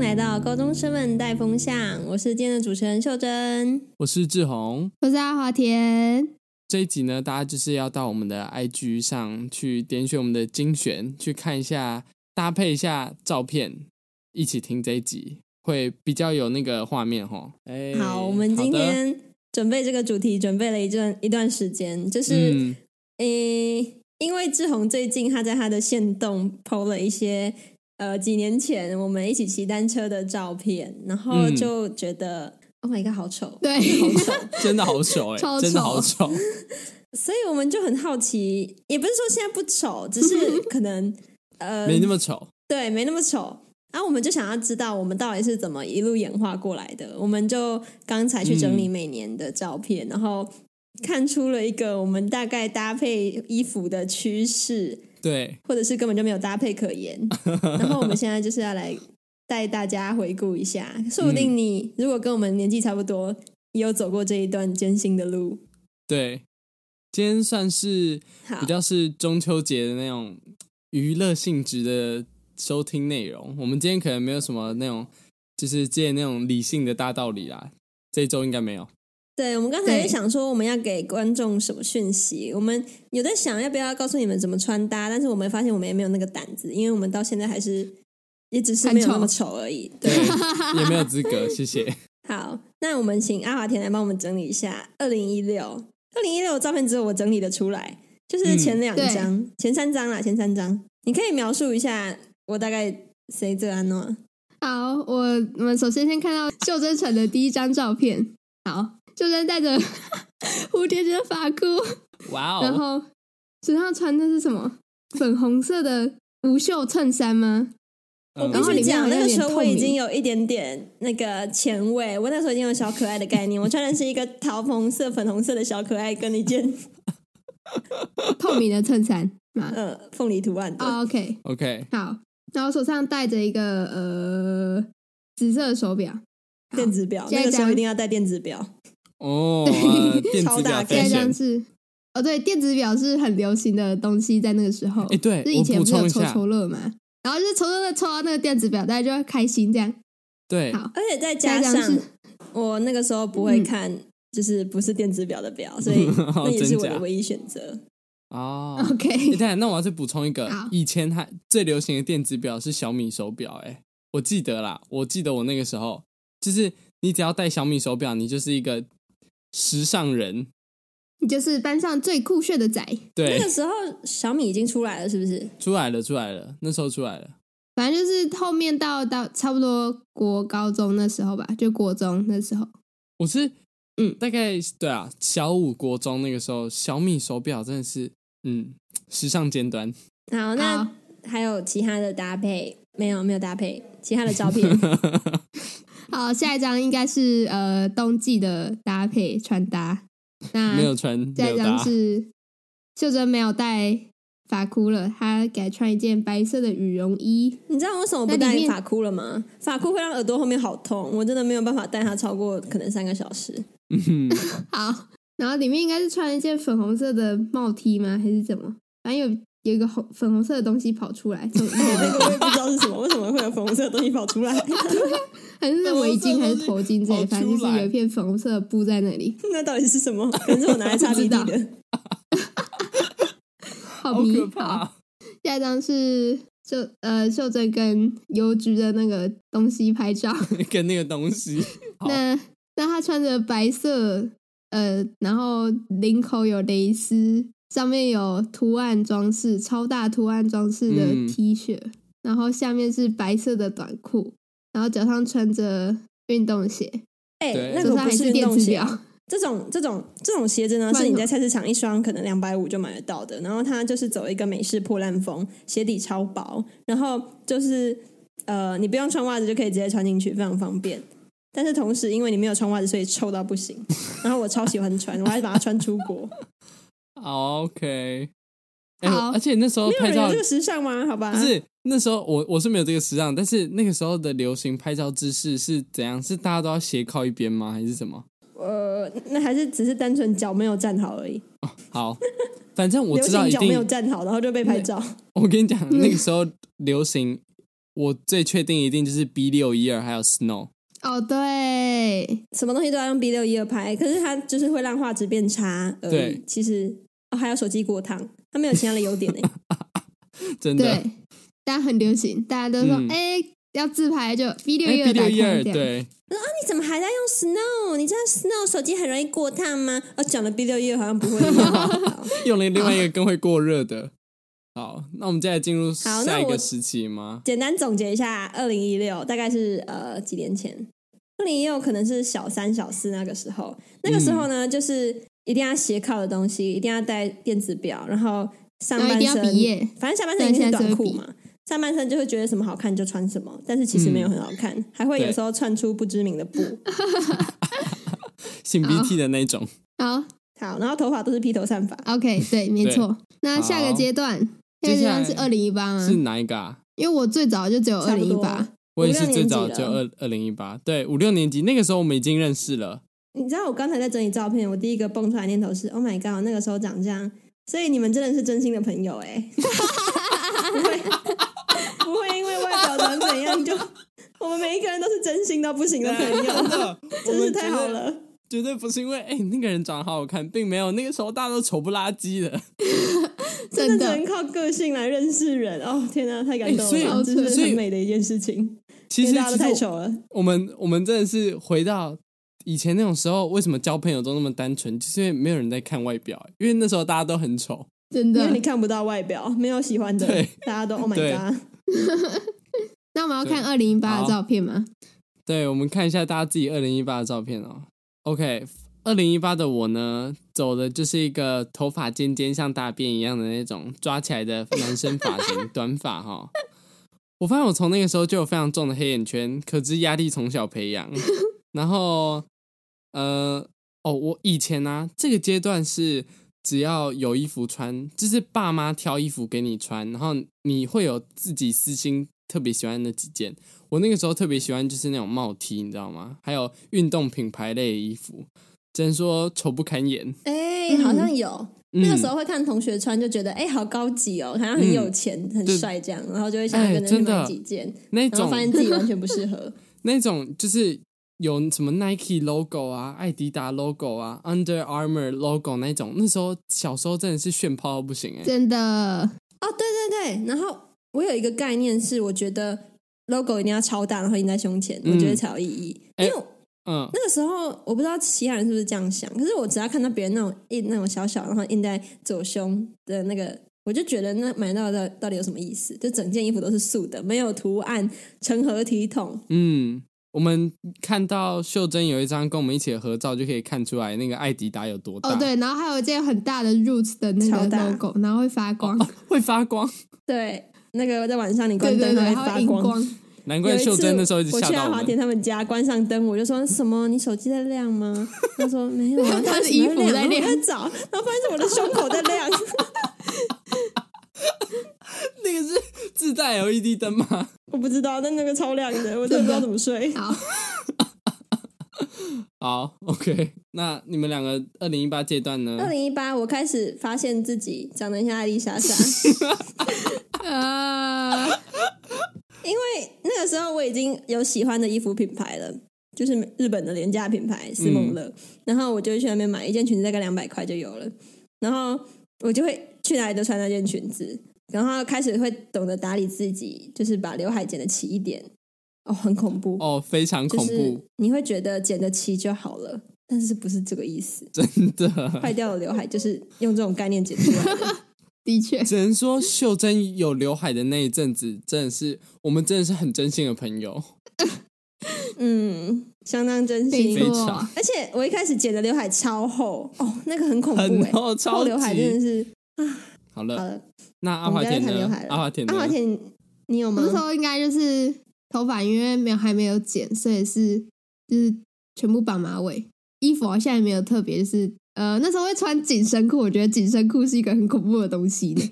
来到高中生们带风向，我是今天的主持人秀珍。我是志宏。我是阿华田，这一集呢，大家就是要到我们的 IG 上去点选我们的精选，去看一下，搭配一下照片，一起听这一集，会比较有那个画面哈。哎，好，我们今好的天准备这个主题，准备了一段一段时间，就是、嗯诶，因为志宏最近他在他的线动 PO 了一些呃几年前我们一起骑单车的照片，然后嗯就觉得、Oh my god，好丑，对好丑， 真的好丑哎、超真的丑好丑。所以我们就很好奇，也不是说现在不丑，只是可能呃没那么丑。对没那么丑。然、后我们就想要知道我们到底是怎么一路演化过来的。我们就刚才去整理嗯每年的照片，然后看出了一个我们大概搭配衣服的趋势。对，或者是根本就没有搭配可 言。然后我们现在就是要来带大家回顾一下，说不嗯定你如果跟我们年纪差不多，也有走过这一段艰辛的路。对，今天算是好比，较是中秋节的那种娱乐性质的收听内容。我们今天可能没有什么那种，就是借那种理性的大道理啦。这一周应该没有。对我们刚才对在想说我们要给观众什么讯息，我们有在想要不要告诉你们怎么穿搭，但是我们发现我们也没有那个胆子，因为我们到现在还是也只是没有那么很丑而已。对对，也没有资格，谢谢。好，那我们请阿华田来帮我们整理一下二零一六。二零一六的照片只有我整理的出来，嗯就是前两张、前三张啦，前三张。你可以描述一下我大概谁这安诺？好，我我们首先先看到秀珍传的第一张照片。好，秀珍戴着 蝴蝶结发箍，哇然哦，后身上穿的是什么？粉红色的无袖衬衫吗？嗯我必须讲，那个时候我已然后里面好像有点透经明有一点点那个前卫，我那时候已经有小可爱的概念。我穿的是一个桃红色、粉红色的小可爱，跟一件透明的衬衫 嘛。呃凤梨图案的。哦 OK， OK，好，然后手上戴着一个呃紫色的手表。好电子表，下那一个时候张一定要带电子表。哦，呃电超子大表下一 fashion 张是哦，对，电子表是很流行的东西，在那个时候，诶对就是以前我不补是有充一抽下抽乐嘛，然后就是抽抽乐抽到那个电子表，大家就会开心这样。对，好，而且再下加一张上是嗯我那个时候不会看，就是不是电子表的表，所以那也是我的唯一选择。哦。 诶 OK，等一下，那我要再补充一个好，以前还最流行的电子表是小米手表，哎，我记得啦，我记得我那个时候，就是你只要戴小米手表，你就是一个时尚人，你就是班上最酷炫的仔，对那，个时候小米已经出来了，是不是？出来了，出来了，那时候出来了，反正就是后面到到差不多国高中那时候吧，就国中那时候，我是嗯大概对啊，小五国中那个时候，小米手表真的是嗯，时尚尖端。好，那好还有其他的搭配没有？没有搭配，其他的照 片嗯好，下一张应该是呃冬季的搭配穿搭，那没有穿下表一 张达，是秀珍没有戴发箍了，她改穿一件白色的羽绒衣。你知道为什么不那戴里面发箍了吗？发箍会让耳朵后面好痛，我真的没有办法戴它超过可能三个小 时。嗯，好，然后里面应该是穿一件粉红色的帽 T 吗？还是怎么？反正有有一个红粉红色的东西跑出来，从那个我也不知道是什么，为什么会有粉红色的东西跑出来？ 还是围巾还是头巾之类，粉红色的东西反正就跑出是来有一片粉红色的布在那里，那到底是什么？可能是我拿来擦鼻涕不的。好好迷可好怕，下一张是秀呃秀珍跟邮局的那个东西拍照，跟那个 东西，好那那她穿着白色呃，然后领口有蕾丝，上面有图案装饰，超大图案装饰的嗯 T 恤，然后下面是白色的短裤，然后脚上穿着运动鞋，哎、对那手个上不还是运电动子鞋表，这种这种这种鞋子呢，不然是你呢在菜市场一双可能两百五就买得到的，然后它就是走一个美式破烂风，鞋底超薄，然后就是呃，你不用穿袜子就可以直接穿进去，非常方便。但是同时，因为你没有穿袜子，所以臭到不行。然后我超喜欢穿，我还把它穿出国。 ，OK，哎，好而且那时候没有拍人有照这个时尚吗？好吧，不是那时候我我是没有这个时尚，但是那个时候的流行拍照姿势是怎样？是大家都要斜靠一边吗？还是什么？呃，那还是只是单纯脚没有站好而已。好，反正我流知道行一脚没有定，站好，然后就被拍照。我跟你讲，那个时候流行我最确定一定就是 B 六一二还有 Snow。哦，对，什么东西都要用 B 六一二拍，可是它就是会让画质变差而已对。其实哦，还有手机过烫，它没有其他的优点呢、真的对，大家很流行，大家都说嗯哎、要自拍就 B 六一哎二，B 打六开一二这样，对，你怎么还在用 Snow？你知道 Snow 手机很容易过烫吗？哦，讲了 B 六一二好像不会 一样。好用了另外一个更会过热的。好，那我们再来进入好那下一我个时期吗？简单总结一下，二零一六大概是呃几年前，二零一六可能是小三、小四那个时候。那个时嗯候呢，就是一定要斜靠的东西，一定要带电子表，然后上然后一半定要身毕业，反正下半身一定是短裤嘛，上半身就会觉得什么好看就穿什么，但是其实没嗯有很好看，还会有时候窜出不知名的布。擤鼻涕的那种。好好，然后头发都是披头散发。 ，OK，对，没对错。那下个好阶段，下个接阶下段来是二零一八嗯啊是，哪一个啊？因为我最早就只有差二不零一多八，我也五是六最年级早就了二二零一八，对，五六年级那个时候我们已经认识了。你知道我刚才在整理照片，我第一个蹦出来的念头是：Oh my god，那个时候长这样，所以你们真的是真心的朋友哎、 不会不会因为外表长怎样就，我们每一个人都是真心到不行的朋真友，的， 我真是们太绝对好，了。绝对不是因为哎、那个人长得好好看，并没有，那个时候大家都丑不拉几的。真真的只的能靠个性来认识人哦！天哪、太感动哎所以了，这是所以很美的一件事情。其实因为大家都其实太我丑了，我们我们真的是回到以前那种时候，为什么交朋友都那么单纯？就是因为没有人在看外表，因为那时候大家都很丑。真因为你的。看不到外表，没有喜欢的对，大 家都 Oh my 对 God！那我们要对看二零一八的好照片吗？对，我们看一下大家自己二零一八的照片哦。OK，二零一八的我呢，走的就是一个头发尖尖像大便一样的那种抓起来的男生发型，短发哈、我发现我从那个时候就有非常重的黑眼圈，可知压力从小培养。然后，呃，哦，我以前呢、这个阶段是只要有衣服穿，就是爸妈挑衣服给你穿，然后你会有自己私心特别喜欢的几件。我那个时候特别喜欢就是那种帽 T，你知道吗？还有运动品牌类的衣服，只能说丑不堪言。哎、嗯好像有、嗯那个时候会看同学穿，就觉得哎、好高级哦，好像很有钱、很对帅这样，然后就会想要哎跟着去真的买几件，那然后 种发现自己完全不适合。那种就是有什么 Nike logo 啊、艾迪达 logo 啊、Under Armour logo 那种，那时候小时候真的是炫炮到不行哎、真的，哦，对对对，然后我有一个概念是，我觉得 logo 一定要超大，然后印在胸前，我觉得嗯才有意义。哎因为嗯，那个时候我不知道其他人是不是这样想，可是我只要看到别人那种印那种小小，然后印在左胸的那个，我就觉得那买到的到底有什么意思？就整件衣服都是素的，没有图案，成何体统？嗯，我们看到秀珍有一张跟我们一起的合照，就可以看出来那个艾迪达有多大，哦对，然后还有一件很大的 Roots 的那超个大 logo，然后会发光，哦，会发光，对，那个在晚上你关对对灯它对，会它发会荧光，难有怪一次秀珍那时候一直我吓去到阿我华田们。他们家，关上灯，我就说什么？你手机在亮吗？他说没 有啊，他为的什么衣服会在亮亮我在找，然后发现是我的胸口在亮。 那个是自带 LED 灯吗？我不知道，但那个超亮的，我真的不知道怎么睡。 好，好，OK，那你们两个二零一八阶段呢二？零一八，我开始发现自己长得像艾丽莎莎，呃，因为那个时候我已经有喜欢的衣服品牌了，就是日本的廉价品牌嗯斯梦乐，然后我就去那边买一件裙子，大概两百块就有了，然后我就会去哪里都穿那件裙子，然后开始会懂得打理自己，就是把刘海剪得齐一点，哦，很恐怖，哦，非常就恐是怖，你会觉得剪得齐就好了，但是不是这个意 思？真坏的，掉的刘海就是用这种概念剪出来 的。的确，只能说秀珍有刘海的那一阵子，真的是我们真的是很真心的朋友，嗯，相当珍没惜。错常，而且我一开始剪的刘海超厚哦，那个很恐怖很哎、厚，超厚刘海真的级。是好好了，了。那阿华我田们不要再呢谈刘海？了阿华田呢阿？华田，你有我吗嗯那？时候应该就是头发因为没有还没有剪，所以是就是全部绑马尾，衣服好像也没有特别，就是呃那时候会穿紧身裤，我觉得紧身裤是一个很恐怖的东西呢。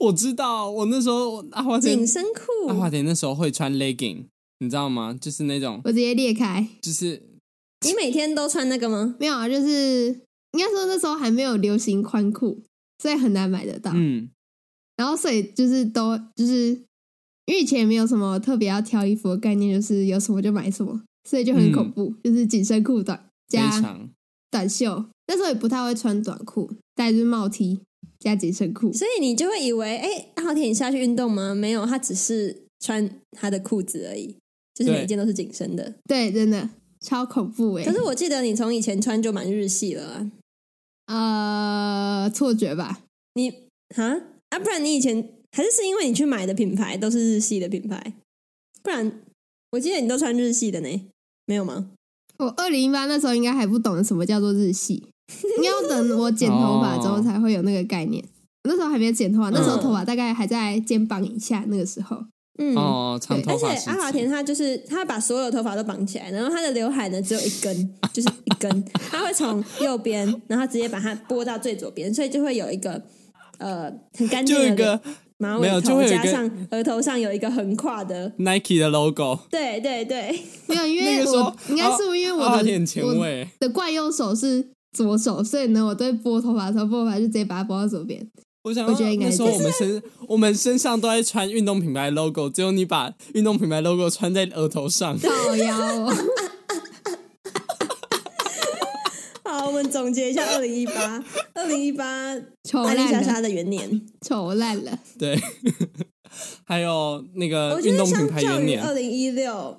我知道，我那时候阿华田紧，身裤阿华田那时候会穿 legging，你知道吗？就是那种，我直接裂开，就是你每天都穿那个吗？没有啊，就是应该说那时候还没有流行宽啊裤，所以很难买得到。嗯，然后所以就是都就是因因为以前也没有什么特别要挑衣服的概念，就是有什么就买什么，所以就很恐怖，就是紧身裤短嗯非加常短袖，那时候也不太会穿短裤，大概就是帽 T 加紧身裤，所以你就会以为，哎、浩天，你下去运动吗？没有，他只是穿他的裤子而已，就是每对一件都是紧身的。对，真的超恐怖哎、可是我记得你从以前穿就蛮日系了啊，呃，错觉吧？你啊啊，不然你以前还是是因为你去买的品牌都是日系的品牌，不然我记得你都穿日系的呢，没有吗？我二零一八那时候应该还不懂什么叫做日系，应该要等我剪头发之哦后才会有那个概念。那时候还没有剪头发，那时候嗯头发大概还在肩膀以下，那个时候嗯，哦，长头而且发时期。阿华田他就是他把所有头发都绑起来，然后他的刘海呢只有一 根，就是一根，他会从右边，然后直接把它拨到最左边，所以就会有一个呃很干净就的有一个马没尾有就头，会有一加个上额头上有一个横跨的， Nike 的 logo，对对对， 没有，因那个为时候哦我应该是因为我阿华的田很前我卫，的惯用手是左手，所以呢，我对拨头发的时候，拨头发就直接把它拨到 左边。我想啊我觉得应该那是时候我们身我们身上都在穿运动品牌 logo，只有你把运动品牌 logo 穿在额头上。靠腰哦， 好，我们总结一下二零一八，二零一八啊丑艾丽莎烂莎了，的元年， 丑烂了。对， 还有那个我觉呃运得动相品牌较元于二年，零一六。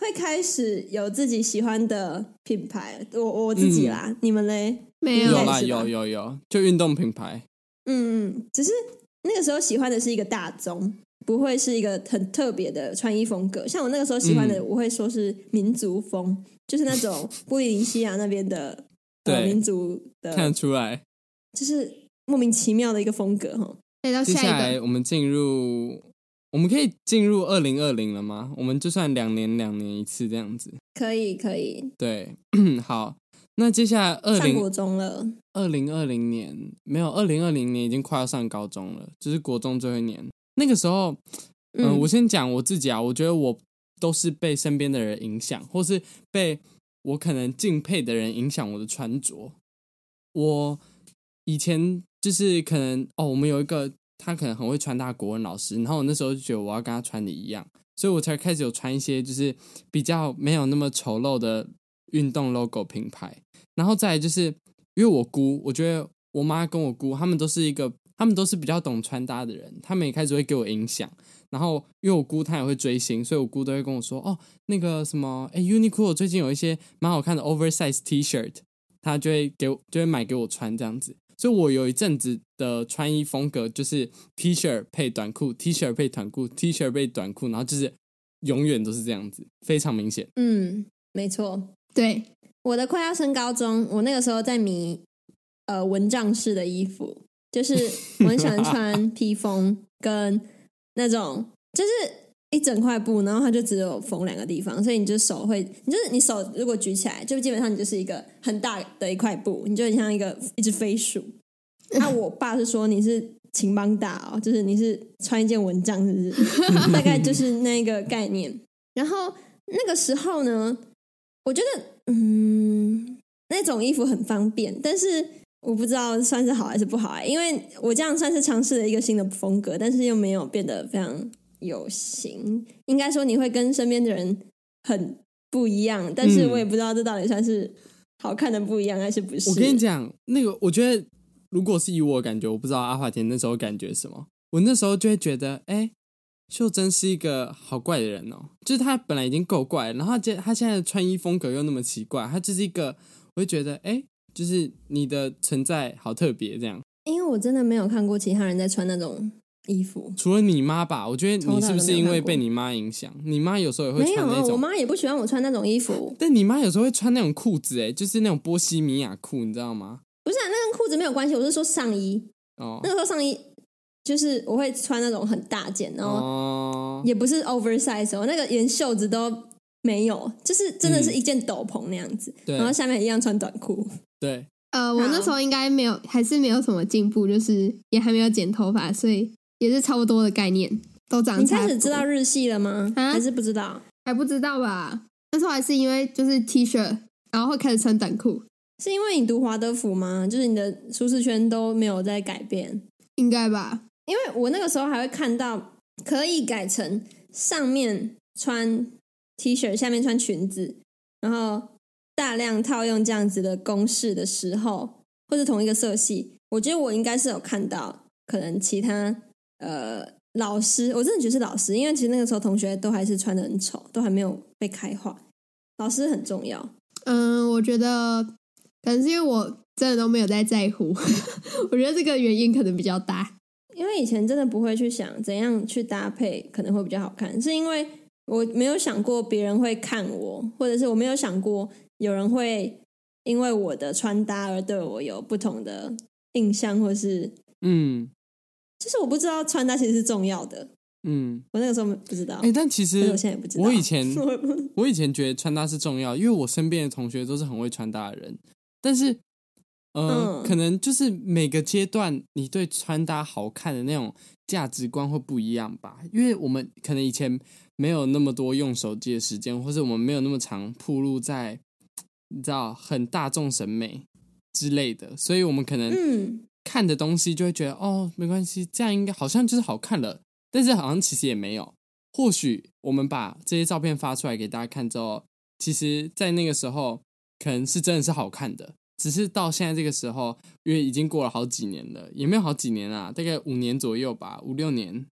会开始有自己喜欢的品牌，我我自己啦，嗯你们嘞？没有有应该啦，是吧有有有，就运动品牌。嗯，嗯，只是那个时候喜欢的是一个大宗，不会是一个很特别的穿衣风格。像我那个时候喜欢的，嗯我会说是民族风，就是那 种布里尼西亚那边的呃对民族的看得，出来。就是莫名其妙的一个风格哈。再到接下下一来个，我们进入，我们可以进入二零二零了吗？我们就算两年两年一次这样子。可以可以，对， 好，那接下来二上零国中了，二零二零年没有，二零二零年已经快要上高中了，就是国中最后一年。那个时候，嗯、嗯，我先讲我自己啊，我觉得我都是被身边的人影响，或是被我可能敬佩的人影响我的穿着。我以前就是可能哦，我们有一个他可能很会穿搭的国文老师，然后我那时候就觉得我要跟他穿的一样，所以我才开始有穿一些就是比较没有那么丑陋的运动 logo 品牌。然后再来就是因为我姑，我觉得我妈跟我姑他们都是一个，他们都是比较懂穿搭的人，他们也开始会给我影响。然后因为我姑她也会追星，所以我姑都会跟我说：“哦，那个什么，哎，Uniqlo 最近有一些蛮好看的 oversize T 恤，她就会给我就会买给我穿这样子。”所以，我有一阵子的穿衣风格就是 T 恤配短裤，T 恤配短裤，T 恤配短裤，然后就是永远都是这样子，非常明显。嗯，没错。对，我的快要升高中，我那个时候在迷呃蚊帐式的衣服，就是我很喜欢穿披风跟那种，就是一整块布，然后它就只有缝两个地方，所以你就手会，你就是你手如果举起来，就基本上你就是一个很大的一块布，你就很像一个一只飞鼠。 那、我爸是说你是秦邦大哦，就是你是穿一件蚊帐，是不是？ 大概就是那个概念。然后那个时候呢，我觉得嗯，那种衣服很方便，但是我不知道算是好还是不好、欸，因为我这样算是尝试了一个新的风格，但是又没有变得非常有型。应该说你会跟身边的人很不一样，但是嗯我也不知道这到底算是好看的不一样还是不是。我跟你讲，那个我觉得，如果是以我的感觉，我不知道阿华田那时候感觉什么。我那时候就会觉得，哎、秀珍是一个好怪的人哦，就是她本来已经够怪，然后她现她现在的穿衣风格又那么奇怪，她就是一个，我会觉得，哎、就是你的存在好特别这样。因为我真的没有看过其他人在穿那种衣服。除了你妈吧，我觉得你是不是从小都没因有为看过被你妈影响？你妈有时候也会没有穿啊那，我种，妈也不喜欢我穿那种衣服。但你妈有时候会穿那种裤子、哎，就是那种波西米亚裤，你知道吗？不是啊，那跟裤子没有关系，我是说上衣。哦那个时候上衣就是我会穿那种很大件，然后哦，也不是 oversize 哦，那个连袖子都没有，就是真的是一件斗篷那样子，嗯对然后下面一样穿短裤。对，呃，我那时候应该没有，还是没有什么进步，就是也还没有剪头发，所以也是差不多的概念，都长得你差不开多。始知道日系了吗？啊还是不知道？还不知道吧？那时候还是因为就是 T 恤，然后会开始穿短裤，是因为你读华德福吗？就是你的舒适圈都没有在改变。应该吧？因为我那个时候还会看到可以改成上面穿 T 恤，下面穿裙子，然后大量套用这样子的公式的时候，或是同一个色系，我觉得我应该是有看到，可能其他呃老师，我真的觉得是老师，因为其实那个时候同学都还是穿的很丑，都还没有被开化，老师很重要。嗯，我觉得可能是因为我真的都没有在在乎， 我觉得这个原因可能比较大。因为以前真的不会去想怎样去搭配可能会比较好看，是因为我没有想过别人会看我，或者是我没有想过有人会因为我的穿搭而对我有不同的印象，或是嗯就是我不知道穿搭其实是重要的，嗯，我那个时候不知道，哎、但其可实是我现在也不知道。我以前我也不我以前觉得穿搭是重要，因为我身边的同学都是很会穿搭的人，但是，呃、嗯可能就是每个阶段你对穿搭好看的那种价值观会不一样吧。因为我们可能以前没有那么多用手机的时间，或者我们没有那么常铺路在，你知道很大众审美之类的，所以我们可能嗯，看的东西就会觉得哦，没关系，这样应该好像就是好看了，但是好像其实也没有。或许我们把这些照片发出来给大家看之后，其实，在那个时候可能是真的是好看的，只是到现在这个时候，因为已经过了好几年了，也没有好几年啊，大概五年左右吧，五六年，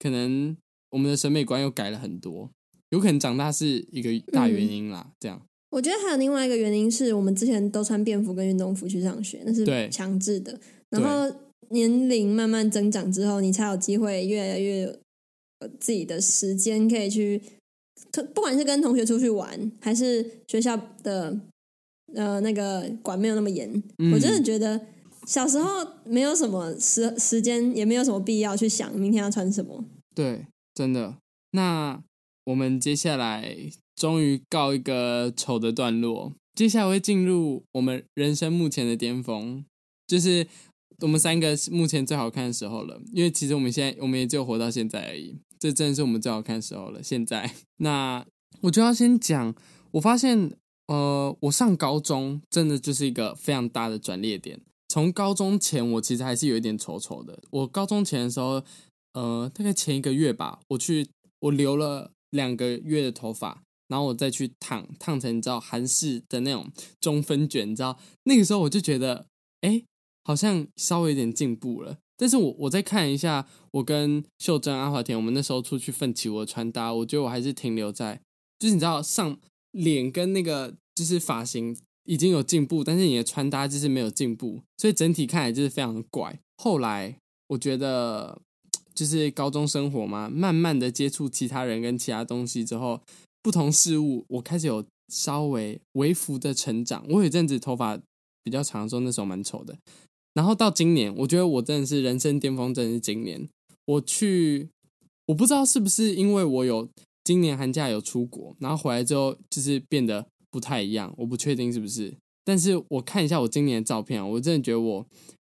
可能我们的审美观又改了很多，有可能长大是一个大原因啦。这样，我觉得还有另外一个原因是我们之前都穿便服跟运动服去上学，那对是强制的。然后年龄慢慢增长之后，你才有机会越来越有呃自己的时间可以去，特不管是跟同学出去玩，还是学校的呃那个管没有那么严。嗯我真的觉得小时候没有什么时时间，也没有什么必要去想明天要穿什么。对，真的。那我们接下来终于告一个丑的段落，接下来会进入我们人生目前的巅峰，就是我们三个是目前最好看的时候了。因为其实我们现在我们也就活到现在而已，这真的是我们最好看的时候了。现在， 那我就要先讲，我发现，呃，我上高中真的就是一个非常大的转捩点。从高中前，我其实还是有一点丑丑的。我高中前的时候，呃，大概前一个月吧，我去我留了两个月的头发，然后我再去烫，烫成你知道韩式的那种中分卷，你知道那个时候我就觉得，哎，好像稍微有点进步了。但是我我再看一下，我跟秀珍、阿华田，我们那时候出去奋起我的穿搭，我觉得我还是停留在，就是你知道上脸跟那个就是发型已经有进步，但是你的穿搭就是没有进步，所以整体看起来就是非常的怪。后来我觉得就是高中生活嘛，慢慢的接触其他人跟其他东西之后，不同事物我开始有稍微微幅的成长。我有一阵子头发比较长的时候，那时候蛮丑的。然后到今年，我觉得我真的是人生巅峰，真的是今年。我去，我不知道是不是因为我有今年寒假有出国，然后回来之后就是变得不太一样，我不确定是不是。但是我看一下我今年的照片啊，我真的觉得我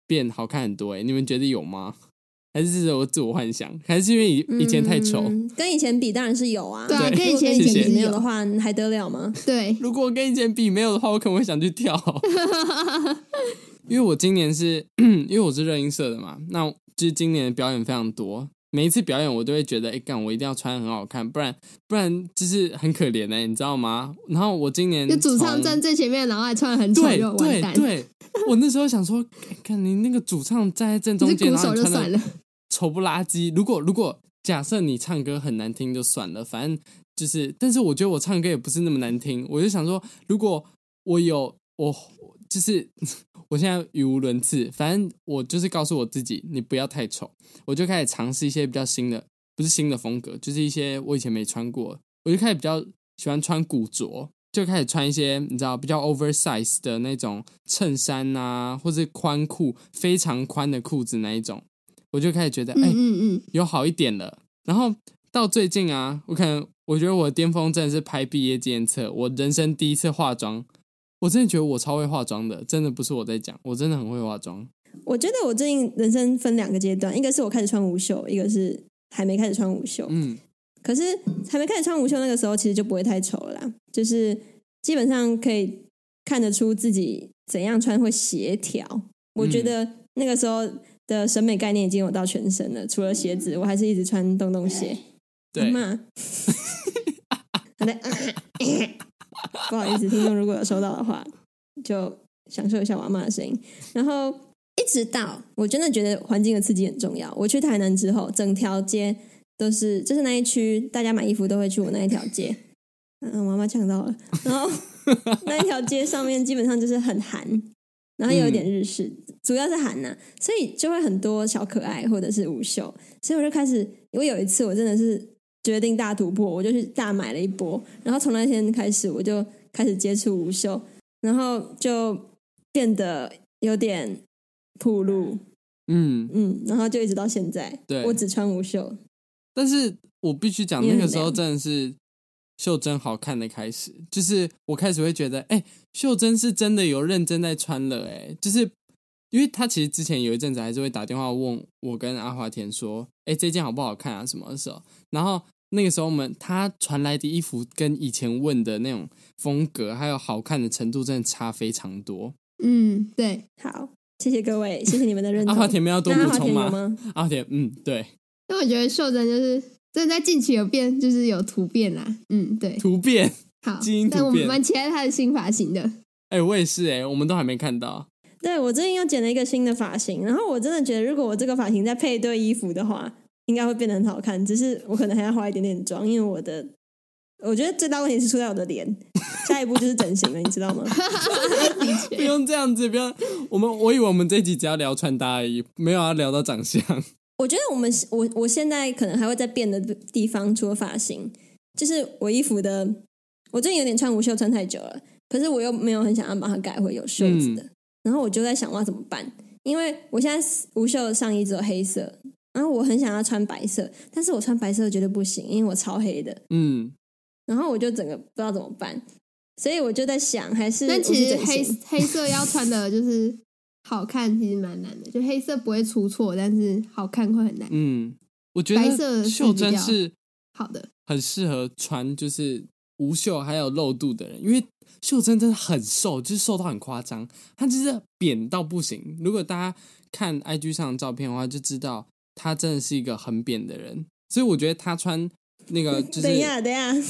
变好看很多欸诶、你们觉得有吗？ 还是这是我自我幻想，还是因为以以前太丑？ 嗯跟以前比当然是有啊。对啊对跟以前如果谢谢比没有的话，还得了吗？对，如果我跟以前比没有的话，我可能会想去 跳。因为我今年是 因为我是热音社的嘛，那就是今年的表演非常多，每一次表演我都会觉得，哎、干我一定要穿得很好看，不然不然就是很可怜的、欸你知道吗？然后我今年就主唱从站最前面，然后还穿得很丑，对就完对蛋。对，我那时候想说，哎看你那个主唱站在正中你是间，鼓然后手你就穿的算了， 丑不拉几。如果如果假设你唱歌很难听就算了，反正就是，但是我觉得我唱歌也不是那么难听。我就想说，如果我有我就是 我现在语无伦次，反正我就是告诉我自己，你不要太丑。我就开始尝试一些比较新的，不是新的风格，就是一些我以前没穿过的。我就开始比较喜欢穿古着，就开始穿一些你知道比较 oversize 的那种衬衫啊，或是宽裤非常宽的裤子那一种。我就开始觉得，哎、嗯嗯嗯，有好一点了。然后到最近啊，我可能我觉得我的巅峰真的是拍毕业纪念册，我人生第一次化妆，我真的觉得我超会化妆的，真的不是我在讲，我真的很会化妆。我觉得我最近人生分两个阶段，一个是我开始穿无袖，一个是还没开始穿无袖。嗯可是还没开始穿无袖那个时候，其实就不会太丑了啦，就是基本上可以看得出自己怎样穿会协调。我觉得那个时候的审美概念已经有到全身了，除了鞋子，我还是一直穿洞洞鞋。对，嘛？好的，不好意思，听众如果有收到的话，就享受一下我阿妈的声音。然后一直到我真的觉得环境的刺激很重要。我去台南之后，整条街都是，就是那一区大家买衣服都会去我那一条街。嗯，我妈妈呛到了。然后那一条街上面基本上就是很韩，然后又有点日式，主要是韩呐、所以就会很多小可爱或者是无袖。所以我就开始，我有一次我真的是决定大突破，我就去大买了一波。然后从那天开始，我就开始接触无袖，然后就变得有点铺路，嗯，嗯，然后就一直到现在，对我只穿无袖，但是我必须讲，你那很个时候凉真的是袖珍好看的开始，就是我开始会觉得，哎、袖珍是真的有认真在穿了、哎，就是因为他其实之前有一阵子还是会打电话问我跟阿华田说，哎、这件好不好看啊，什么的时候，然后。那个时候，我们他传来的衣服跟以前问的那种风格，还有好看的程度，真的差非常多。嗯，对，好。谢谢各 位，谢谢你们的认阿同。华田没有要多那阿补华充田有吗？吗？阿华田，嗯，对，但我觉得袖珍就是真的在近期有变，就是有突变啦。嗯，对，突变。好基因，突但我变蛮期待他的新发型的。哎、我也是、哎，我们都还没看到。对我最近又剪了一个新的发型，然后我真的觉得，如果我这个发型再配对衣服的话，应该会变得很好看。只是我可能还要花一点点妆，因为我的，我觉得最大问题是出在我的脸。下一步就是整形了，你知道吗？ 不用这样子，不要。我们我以为我们这一集只要聊穿搭而已，没有要啊聊到长相。 我觉得我们我我现在可能还会在变的地方，除了发型，就是我衣服的，我最近有点穿无袖穿太久了，可是我又没有很想要把它改回有袖子嗯的，然后我就在想我要怎么办，因为我现在无袖上衣只有黑色，然后我很想要穿白色，但是我穿白色绝对不行，因为我超黑的，嗯，然后我就整个不知道怎么办，所以我就在想，还是但我去其实整黑形黑色要穿的就是好看，其实蛮难的。就黑色不会出错，但是好看会很难。嗯，我觉白色得是袖珍比较是好的，很适合穿就是无袖还有露肚的人，因为袖珍真的很瘦，就是瘦到很夸张，她就是扁到不行。如果大家看 IG 上的照片的话，就知道她真的是一个很扁的人。所以我觉得她穿那个就等一是下等一下，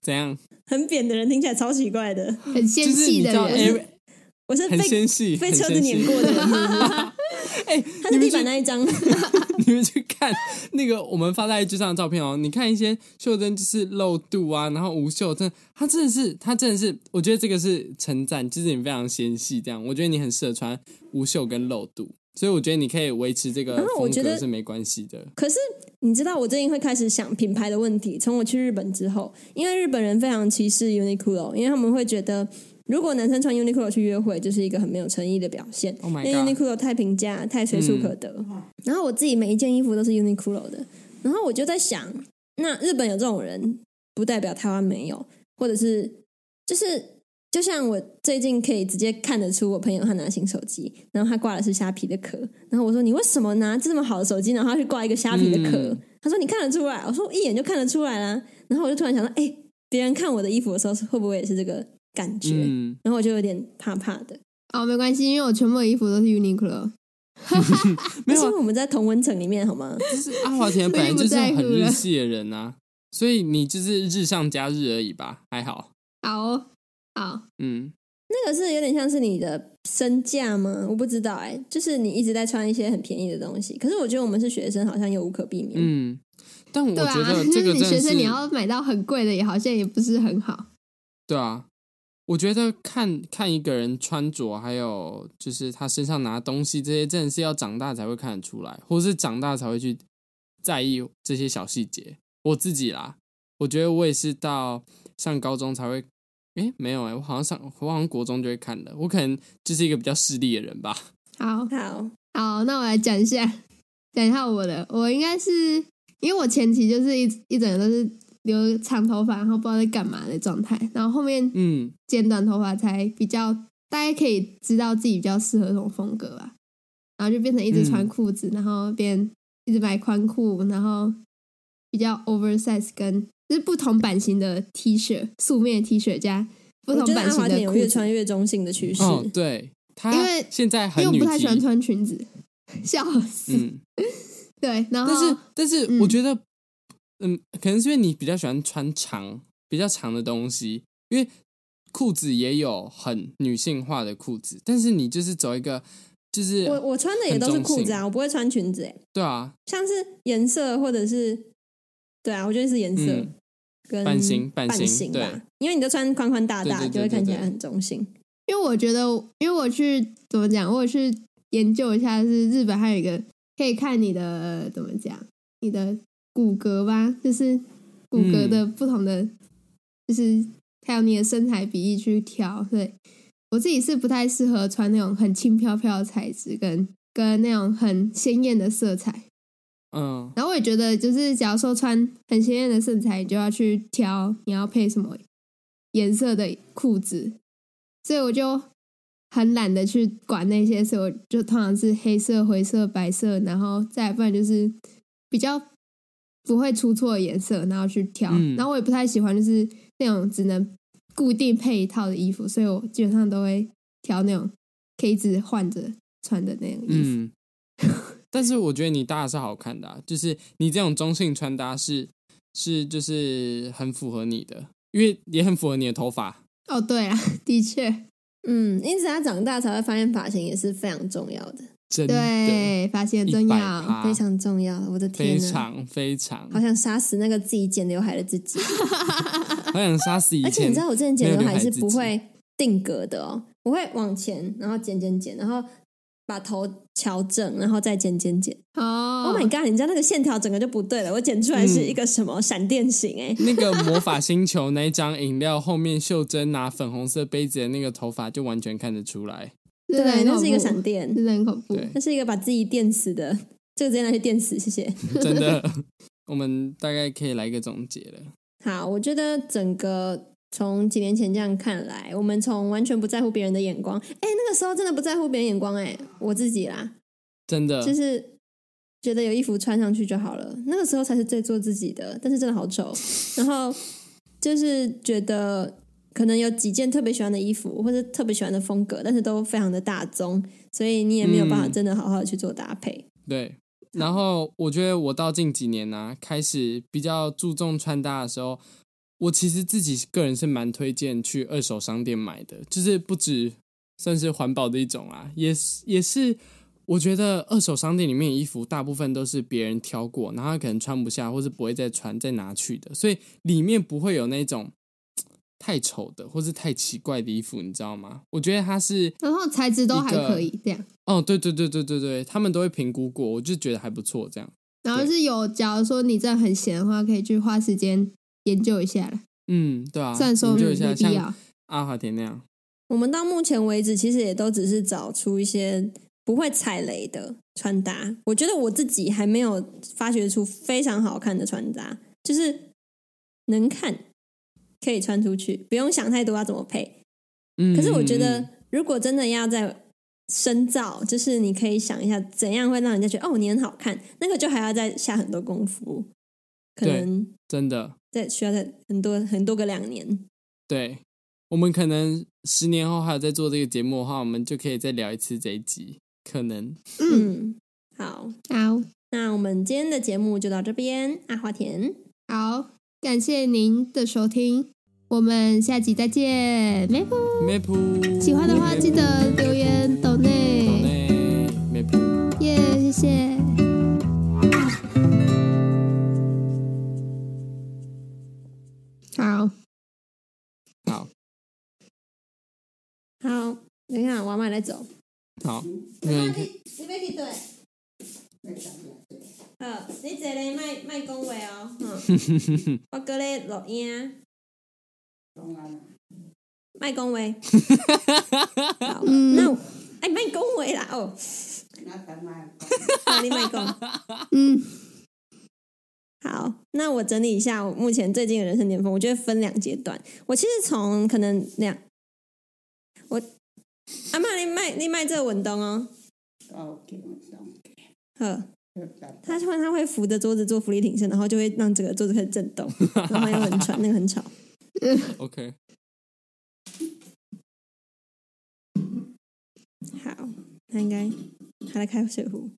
怎样， 很扁的人听起来超奇怪的，很纤就是细你的知道人， ，Ari- 我是很被纤细，被很车子纤细碾过的人。 哎，他是你们地去板那一张，你们去看那个我们发在 IG 上的照片哦，你看一些袖珍就是露肚啊，然后无袖珍，他真的是，他真的是，我觉得这个是称赞，就是你非常纤细这样，我觉得你很适合穿无袖跟露肚，所以我觉得你可以维持这个啊然后我风觉格得是没关系的。 可是你知道我最近会开始想品牌的问题。从我去日本之后，因为日本人非常歧视 Uniqlo，因为他们会觉得如果男生穿 Uniqlo 去约会，就是一个很没有诚意的表现。 Oh 哎因为 my god！嗯 Uniqlo 太平价、太随处可得。然后我自己每一件衣服都是 Uniqlo 的，然后我就在想，那日本有这种人，不代表台湾没有，或者是就是。就像我最近可以直接看得出，我朋友他拿新手机，然后他挂的是虾皮的壳，然后我说你为什么拿这么好的手机，然后他去挂一个虾皮的壳？嗯他说你看得出来，我说一眼就看得出来啦。然后我就突然想到，哎、别人看我的衣服的时候，会不会也是这个感觉？嗯，然后我就有点怕怕的。哦，没关系，因为我全部的衣服都是 Uniqlo。没那有是啊因为我们在同温层里面好吗？就是阿华 田本来就是我已经不在很乎了日系的人啊，所以你就是日上加日而已吧，还好。好哦、好，嗯，那个是有点像是你的身价吗？我不知道哎、就是你一直在穿一些很便宜的东西，可是我觉得我们是学生，好像又无可避免。嗯，但我对觉啊得，就这是个 你真的学是生你要买到很贵的，也好像也不是很好。对啊，我觉得看看一个人穿着，还有就是他身上拿东西这些，真的是要长大才会看得出来，或是长大才会去在意这些小细节。我自己啦，我觉得我也是到上高中才会，诶，没有诶，我好像上我好像国中就会看的，我可能就是一个比较势利的人吧。好好，好，那我来讲一下，讲一下我的，我应该是因为我前期就是一一整个都是留长头发，然后不知道在干嘛的状态，然后后面嗯 剪短头发才比较，大家可以知道自己比较适合什么风格吧。然后就变成一直穿嗯裤子，然后变一直买宽裤，然后比较 oversize 跟就是不同版型的 T 恤，素面的 T 恤加不我同觉得版阿型华的田有裤越子，穿越中性的趋势。哦，对，他因为现在因为很我女不太喜欢体，穿裙子。 笑死。嗯，对，哦然后但是但是嗯我觉得，嗯，可能是因为你比较喜欢穿长比较长的东西，因为裤子也有很女性化的裤子，但是你就是走一个就是我我穿的也都是裤子啊，我不会穿裙子、欸，对啊，像是颜色或者是对啊，我觉得是颜色、嗯跟半型半半型吧，因为你都穿宽宽大大，对对对就会看起来对对很中性。因为我觉得，因为我去怎么讲，我有去研究一下，是日本还有一个可以看你的怎么讲，你的骨骼吧，就是骨骼的不同的，就是还有你的身材比例去挑。对我自己是不太适合穿那种很轻飘飘的材质，跟跟那种很鲜艳的色彩。嗯，然后我也觉得，就是假如说穿很鲜艳的色彩，你就要去挑你要配什么颜色的裤子，所以我就很懒得去管那些，所以我就通常是黑色、灰色、白色，然后再不然就是比较不会出错的颜色，然后去挑。嗯然后我也不太喜欢就是那种只能固定配一套的衣服，所以我基本上都会挑那种可以一直换着穿的那种衣服。嗯，但是我觉得你搭的是好看的、啊，就是你这种中性穿搭是是就是很符合你的，因为也很符合你的头发。哦，对啊， 的确。嗯，因此他长大才会发现发型也是非常重要的，真的，对，发现真一百要。趴，非常重要的。我的天非呐，常非常，好想杀死那个自己剪刘海的自己。好想杀死以而且前你知。道我之前剪没刘有刘海海是自不己会定格的哦，我会往前，然后剪剪剪，然后把头调正，然后再剪剪剪。哦 oh my god！你知道那个线条整个就不对了，我剪出来是嗯一个什么闪电型哎、那个魔法星球那一张饮料后面秀珍拿粉红色杯子的那个头发就完全看得出来，对，那是一个闪电，电，真的很恐怖。对那是一个把自己电死的，这个直接拿去电死，谢谢。真的。我们大概可以来个总结了。好，我觉得整个从几年前这样看来，我们从完全不在乎别人的眼光，哎，那个时候真的不在乎别人眼光，哎，我自己啦，真的，就是觉得有衣服穿上去就好了，那个时候才是最做自己的，但是真的好丑。然后就是觉得可能有几件特别喜欢的衣服或者特别喜欢的风格，但是都非常的大宗，所以你也没有办法嗯真的好好的去做搭配。对，然嗯后我觉得我到近几年呢、开始比较注重穿搭的时候，我其实自己个人是蛮推荐去二手商店买的，就是不止算是环保的一种啊，也是也是。我觉得二手商店里面的衣服大部分都是别人挑过，然后他可能穿不下，或是不会再穿再拿去的，所以里面不会有那种嘖太丑的或是太奇怪的衣服，你知道吗？我觉得它是然后材质都还可以这样，哦，对对对对对对，他们都会评估过，我就觉得还不错这样。然后是有，假如说你真的很闲的话，可以去花时间研究一下了。嗯，对啊，虽然说研究没一下必像要，阿华田那样，我们到目前为止，其实也都只是找出一些不会踩雷的穿搭。我觉得我自己还没有发掘出非常好看的穿搭，就是能看可以穿出去，不用想太多要怎么配。嗯，可是我觉嗯得，如果真的要在深造，就是你可以想一下怎样会让人家觉得哦你很好看，那个就还要再下很多功夫，可对能真的，再需要再很多很多个两年。对我们可能十年后还有在做这个节目的话，我们就可以再聊一次这一集，可能嗯，嗯，好，好那我们今天的节目就到这边，阿华田，好，感谢您的收听，我们下集再见，拜拜。 map 喜欢的话记得留言抖懂内，嘞 map。耶，谢谢。好。好好，等一下我要买来走，好，没问题，你别去对，好，你坐咧，卖卖讲话哦，嗯，我搁咧录音，卖讲话，好，嗯那我哎卖讲话啦哦，好你卖讲，嗯，好，那我整理一下我目前最近的人生巅峰，我觉得分两阶段。我其实从可能两，我阿妈你卖你卖这个稳当哦，呵，嗯他突然他会扶着桌子做浮力挺身，然后就会让整个桌子开始震动，然后又很喘，那个很吵。 OK，好，他应该还在开水壶。